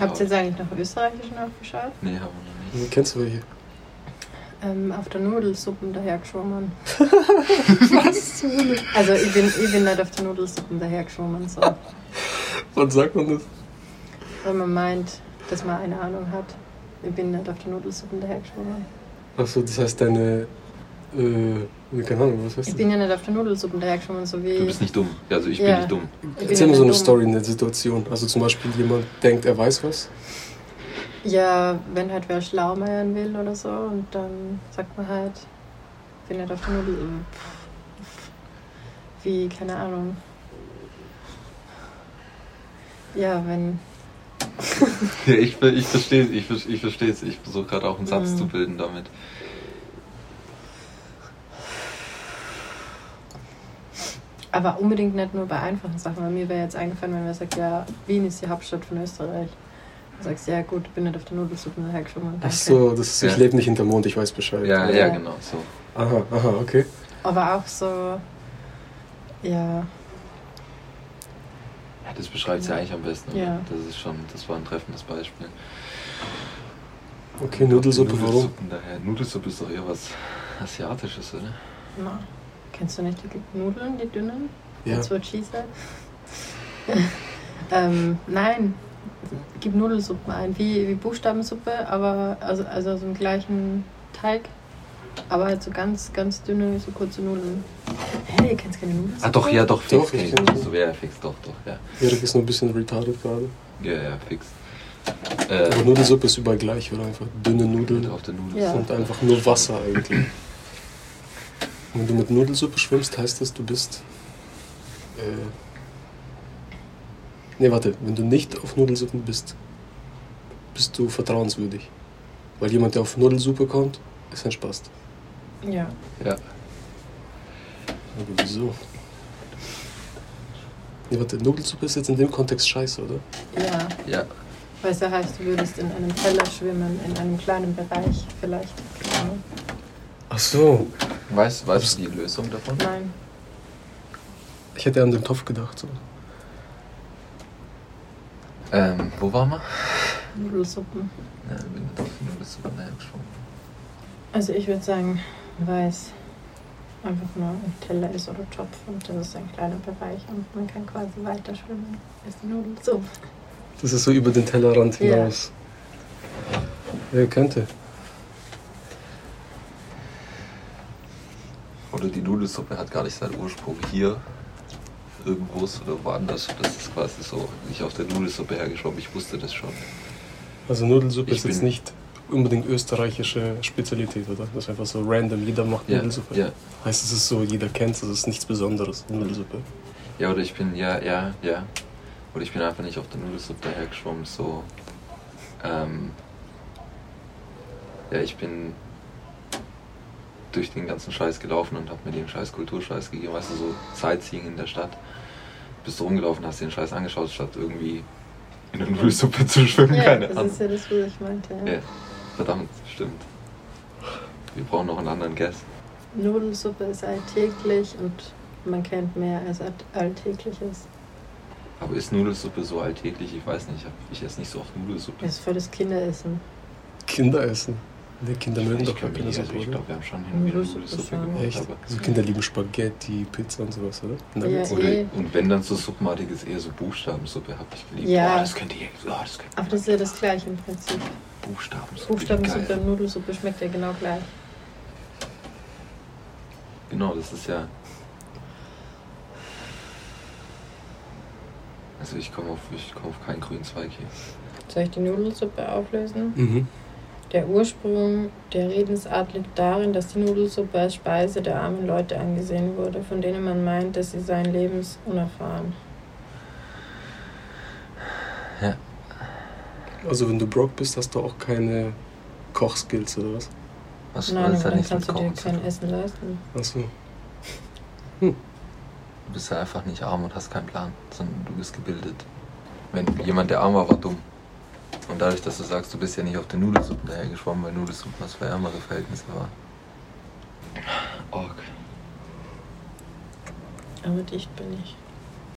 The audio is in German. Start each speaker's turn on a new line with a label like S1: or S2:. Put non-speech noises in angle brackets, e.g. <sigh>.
S1: Habt ihr jetzt eigentlich noch österreichischen aufgeschaut?
S2: Nee, haben wir noch
S3: Hm,
S2: nicht.
S3: Kennst du welche?
S1: Ähm, auf der Nudelsuppen <laughs> dahergeschwommen. Was? Also ich bin, ich bin nicht auf der Nudelsuppen dahergeschwommen, so. weil
S3: Wann sagt man das?
S1: man meint, dass man eine Ahnung hat. Ich bin nicht auf der Nudelsuppen dahergeschwommen.
S3: Achso, das heißt deine. Äh, keine Ahnung, was
S1: Ich
S3: heißt das?
S1: bin ja nicht auf der Nudelsuppen dahergeschwommen, so wie...
S2: Du bist nicht dumm. Also ich
S1: Ja.
S2: bin nicht dumm. <laughs>
S1: bin
S3: Erzähl mir so
S1: ja
S3: eine
S1: dumm.
S3: Story, eine Situation. Also zum Beispiel jemand denkt, er weiß was.
S1: Ja, wenn halt wer schlau meiern will oder so und dann sagt man halt, ich bin nicht auf der Nudel. äh, Wie, keine Ahnung. Ja, wenn.
S2: Ja, ich, ver- ich verstehe es, ich, ver- ich verstehe es. Ich versuche gerade auch einen Satz
S1: Mhm.
S2: zu bilden damit.
S1: Aber unbedingt nicht nur bei einfachen Sachen, weil mir wäre jetzt eingefallen, wenn wer sagt, ja, Wien ist die Hauptstadt von Österreich. Dann sagst du, ja gut, ich bin nicht auf der Nudelsuppe hergeschwommen. danke.
S3: Achso, das ist so, ich
S2: Ja.
S3: lebe nicht hinterm Mond, ich weiß Bescheid.
S2: Ja, ja,
S1: Ja.
S2: genau, so.
S3: Aha, aha, okay.
S1: Aber auch so, ja,
S2: Ja, das beschreibt es ja eigentlich am besten. oder?
S1: Ja.
S2: Das ist schon, das war ein treffendes Beispiel.
S3: Okay, Nudelsuppe, warum?
S2: Nudelsuppen daher. Nudelsuppe ist doch eher was Asiatisches, oder?
S1: na. Kennst du nicht die Nudeln, die dünnen?
S3: Ja.
S1: That's what she said. <laughs> ähm, nein, gib Nudelsuppen ein, wie, wie Buchstabensuppe, aber also, also aus dem gleichen Teig, aber halt so ganz, ganz dünne, so kurze Nudeln. Hä, ihr kennt keine Nudelsuppe?
S2: Ah, doch, ja, doch, fix.
S3: Doch, ich
S2: okay.
S3: kenn das.
S2: so, ja, fix, doch, doch, ja.
S3: Erik ist nur ein bisschen retarded gerade.
S2: Ja, ja, fix.
S3: Aber
S2: Äh,
S3: Nudelsuppe ist überall gleich, oder? Einfach dünne Nudeln
S2: auf der Nudel.
S1: Ja.
S3: und einfach nur Wasser eigentlich. Wenn du mit Nudelsuppe schwimmst, heißt das, du bist. Äh, nee, warte, wenn du nicht auf Nudelsuppen bist, bist du vertrauenswürdig. Weil jemand, der auf Nudelsuppe kommt, ist ein Spast.
S1: Ja.
S2: Ja.
S3: Aber wieso? Nee, warte, Nudelsuppe ist jetzt in dem Kontext scheiße, oder?
S1: Ja,
S2: ja.
S1: weil es ja heißt, du würdest in einem Teller schwimmen, in einem kleinen Bereich vielleicht. Genau. Keine Ahnung.
S3: Ach so.
S2: Weißt, weißt du die Lösung davon?
S1: Nein.
S3: Ich hätte an den Topf gedacht. So.
S2: Ähm, wo waren wir?
S1: Nudelsuppen.
S2: Ja, ich bin nicht auf die Nudelsuppe ne, naja, geschwommen.
S1: Also ich würde sagen, weil es einfach nur ein Teller ist oder Topf und das ist ein kleiner Bereich und man kann quasi weiter schwimmen. Ist die Nudelsuppe.
S3: Das ist so über den Tellerrand
S1: Ja.
S3: hinaus. Wer könnte?
S2: Oder die Nudelsuppe hat gar nicht seinen Ursprung hier irgendwo oder woanders. Das ist quasi so nicht auf der Nudelsuppe hergeschwommen. Ich wusste das schon.
S3: Also Nudelsuppe
S2: Ich
S3: ist jetzt
S2: bin-
S3: nicht unbedingt österreichische Spezialität, oder? Das ist einfach so random, jeder macht
S2: Ja,
S3: Nudelsuppe.
S2: ja.
S3: Heißt, es ist so, jeder kennt es, es ist nichts Besonderes, Nudelsuppe.
S2: Ja, oder ich bin, ja, ja, ja. Oder ich bin einfach nicht auf der Nudelsuppe dahergeschwommen, so. Ähm, ja, ich bin durch den ganzen Scheiß gelaufen und hab mir den Scheiß Kulturscheiß gegeben, weißt du, so Sightseeing in der Stadt. Bist du rumgelaufen, hast den Scheiß angeschaut, statt irgendwie in der Nudelsuppe zu schwimmen,
S1: Ja,
S2: keine
S1: das
S2: Ahnung.
S1: ist ja das, was ich meinte. Ja.
S2: Ja, verdammt, stimmt. Wir brauchen noch einen anderen Guest.
S1: Nudelsuppe ist alltäglich und man kennt mehr als Alt- Alltägliches.
S2: Aber ist Nudelsuppe so alltäglich? Ich weiß nicht, ich hab- ich esse nicht so oft Nudelsuppe.
S1: Das ist für das Kinderessen.
S3: Kinder essen. Nee, Kinder mögen
S2: ich
S3: doch
S2: glaub,
S3: keine
S2: nee, also
S3: Kindersuppe,
S2: ich
S3: oder?
S2: glaube, wir haben schon hin und wieder
S1: Nudelsuppe
S2: Nudelsuppe
S1: schon.
S2: gemacht.
S3: Echt?
S2: Aber
S3: Also Kinder lieben Spaghetti, Pizza und sowas, oder? Nuggets?
S1: Ja,
S2: oder,
S1: eh.
S2: und wenn dann so Suppenartiges, eher so Buchstabensuppe habe ich geliebt.
S1: Ja.
S2: Boah, das könnte ich, oh, das könnte
S1: Aber das ist ja das gleiche im Prinzip.
S2: Buchstabensuppe.
S1: Buchstabensuppe
S2: geil.
S1: und Nudelsuppe schmeckt ja genau gleich.
S2: Genau, das ist ja. Also ich komme auf, ich komm auf keinen grünen Zweig hier.
S1: Soll ich die Nudelsuppe auflösen?
S3: Mhm.
S1: Der Ursprung der Redensart liegt darin, dass die Nudelsuppe als Speise der armen Leute angesehen wurde, von denen man meint, dass sie seien lebensunerfahren.
S3: Also wenn du broke bist, hast du auch keine Kochskills oder was?
S2: Was was
S1: Nein, aber
S2: hat
S1: dann
S2: nichts mit
S1: kannst du dir
S2: Kochen zu
S1: kein
S2: tun?
S1: Essen leisten.
S3: Achso.
S2: Du bist ja einfach nicht arm und hast keinen Plan, sondern du bist gebildet. Wenn jemand, der arm war, war dumm. Und dadurch, dass du sagst, du bist ja nicht auf den Nudelsuppen dahergeschwommen, weil Nudelsuppen was für ärmere Verhältnisse war. Org.
S1: Aber dicht bin ich.